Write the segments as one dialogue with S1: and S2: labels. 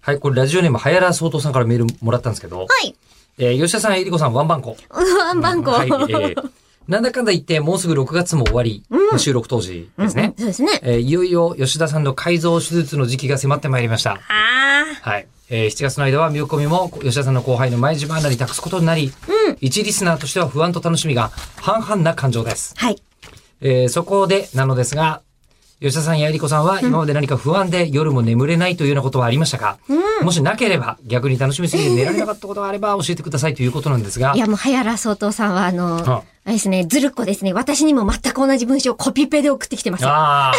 S1: はい、これラジオネーム、はやらそうとさんからメールもらったんですけど、
S2: はい。
S1: えー吉田さん、えりこさん、ワンバンコ。
S2: ワンバンコ。
S1: はい、えーなんだかんだ言って、もうすぐ6月も終わり、収録当時ですね。
S2: そうですね。
S1: えーいよいよ吉田さんの改造手術の時期が迫ってまいりました。
S2: あ
S1: はい。えー7月の間は見送りも吉田さんの後輩の前島アナに託すことになり、一リスナーとしては不安と楽しみが半々な感情です。
S2: ー。はい。
S1: えーそこでなのですが、吉田さんやえりこさんは今まで何か不安で夜も眠れないというようなことはありましたか、もしなければ逆に楽しみすぎて寝られなかったことがあれば教えてくださいということなんですが
S2: い、や、もう、はやらそうとうさんは、あの、
S1: あ
S2: あれですね、ずるっこですね。私にも全く同じ文章をコピペで送ってきてますよ。
S1: ああ、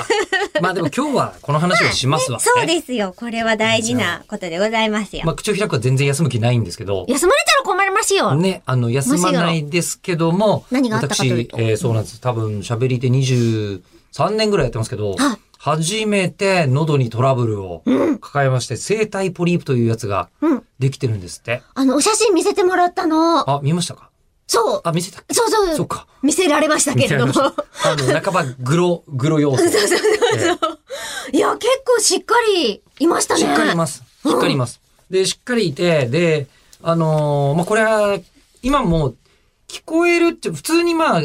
S1: まあでも今日はこの話をしますわ、ね。
S2: そうですよ。これは大事なことでございますよ。
S1: まあ口を開くは全然休む気ないんですけど、
S2: 休まれちゃう困りますよ。
S1: ね、あの、休まないですけども、
S2: 何があったかというと
S1: 私、えーそうなんです。多分、喋り手23年ぐらいやってますけど
S2: はい、
S1: 初めて喉にトラブルを抱えまして、声帯ポリープというやつが
S2: うん
S1: できてるんですって。
S2: あの、お写真見せてもらったの。
S1: あ、見ましたか
S2: そう。
S1: あ、見せたっけ
S2: そうそう。
S1: そうか。
S2: 見せられました
S1: 見
S2: け
S1: せ
S2: れ
S1: ら
S2: ど
S1: れ
S2: も
S1: まし。た。あの、半ばグロ、グロ要素。ええ
S2: いや、結構しっかりいましたね。
S1: しっかりいます。しっかりいます。で、しっかりいて、で、あのーまあ、これは、今もう、聞こえるって、普通にまあ、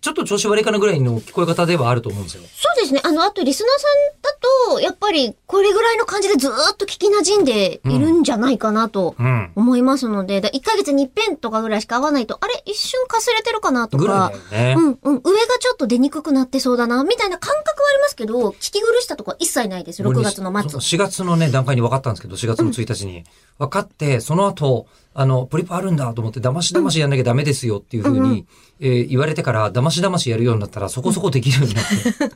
S1: ちょっと調子悪いかなぐらいの聞こえ方ではあると思うんですよ。
S2: そうですね。あの、あとリスナーさんだと、やっぱりこれぐらいの感じでずーっと聞き馴染んでいるんじゃないかなと
S1: うん。
S2: 思いますので、だ1ヶ月に一遍とかぐらいしか会わないと、あれ一瞬かすれてるかなと
S1: ぐら
S2: か
S1: い、だよね。
S2: うんうん、上がちょっと出にくくなってそうだな、みたいな感覚はありますけど、聞き苦したとか一切ないです。6月の末。
S1: 4月のね、段階に分かったんですけど、4月の1日に。分かって、その後、あの、ポリプあるんだと思って、だましだましやんなきゃダメですよっていうふうに、えー言われてから、だましだましやるようになったら、そこそこできるようになって。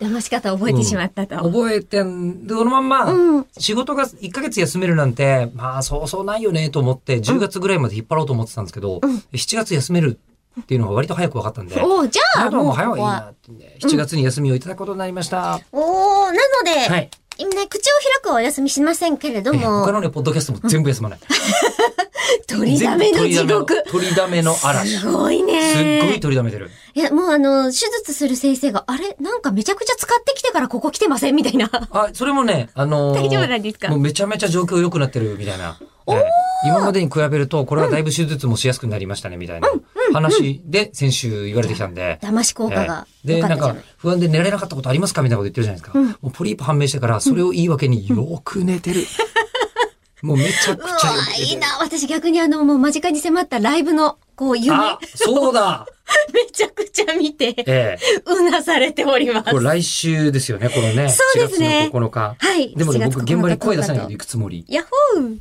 S2: 騙し方覚えてしまったと。
S1: 覚えてん、で、そのまんま、
S2: うん
S1: 仕事が1ヶ月休めるなんて、まあ、そうそうないよね、と思って、10月ぐらいまで引っ張ろうと思ってたんですけど、7月休めるっていうのが割と早く分かったんで、
S2: おうじゃあ、
S1: もう早い
S2: ここ
S1: な
S2: は
S1: ってんで、7月に休みをいただくことになりました。
S2: おー、なので、
S1: はい。
S2: 今ね、口を開くはお休みしませんけれど
S1: ええ
S2: も
S1: 他、のね、ポッドキャストも全部休まない。
S2: 取りだめの地獄。
S1: 取りだめの嵐。す
S2: すごいね。
S1: っごい取りだめてる。
S2: いや、もうあの、手術する先生が、あれなんかめちゃくちゃ使ってきてからここ来てませんみたいな。
S1: あ、それもね、あのー
S2: 大丈夫なんですか
S1: もうめちゃめちゃ状況良くなってるみたいな。ええ今までに比べると、これはだいぶ手術もしやすくなりましたね、みたいな話で先週言われてきたんで。
S2: 騙し効果が
S1: ええで、
S2: 良かっ
S1: な
S2: た
S1: ん
S2: じゃ
S1: か
S2: ない。、
S1: 不安で寝られなかったことありますかみたいなこと言ってるじゃないですか。もうポリープ判明してから、それを言い訳によく寝てる。もうめちゃ
S2: う
S1: く
S2: わ
S1: ちゃよく寝て
S2: ー
S1: る。
S2: いいな。私逆にあの、もう間近に迫ったライブの、こう、夢、
S1: あ、そうだ
S2: めちゃくちゃ見て、
S1: ええ。
S2: うなされております。
S1: これ来週ですよね、このね。
S2: そうです
S1: 4
S2: ね
S1: 月の9日。
S2: はい
S1: でもね、
S2: 7月
S1: 僕
S2: 9日
S1: 現場に声出さないけ
S2: と
S1: ど行くつもり。
S2: ヤッホー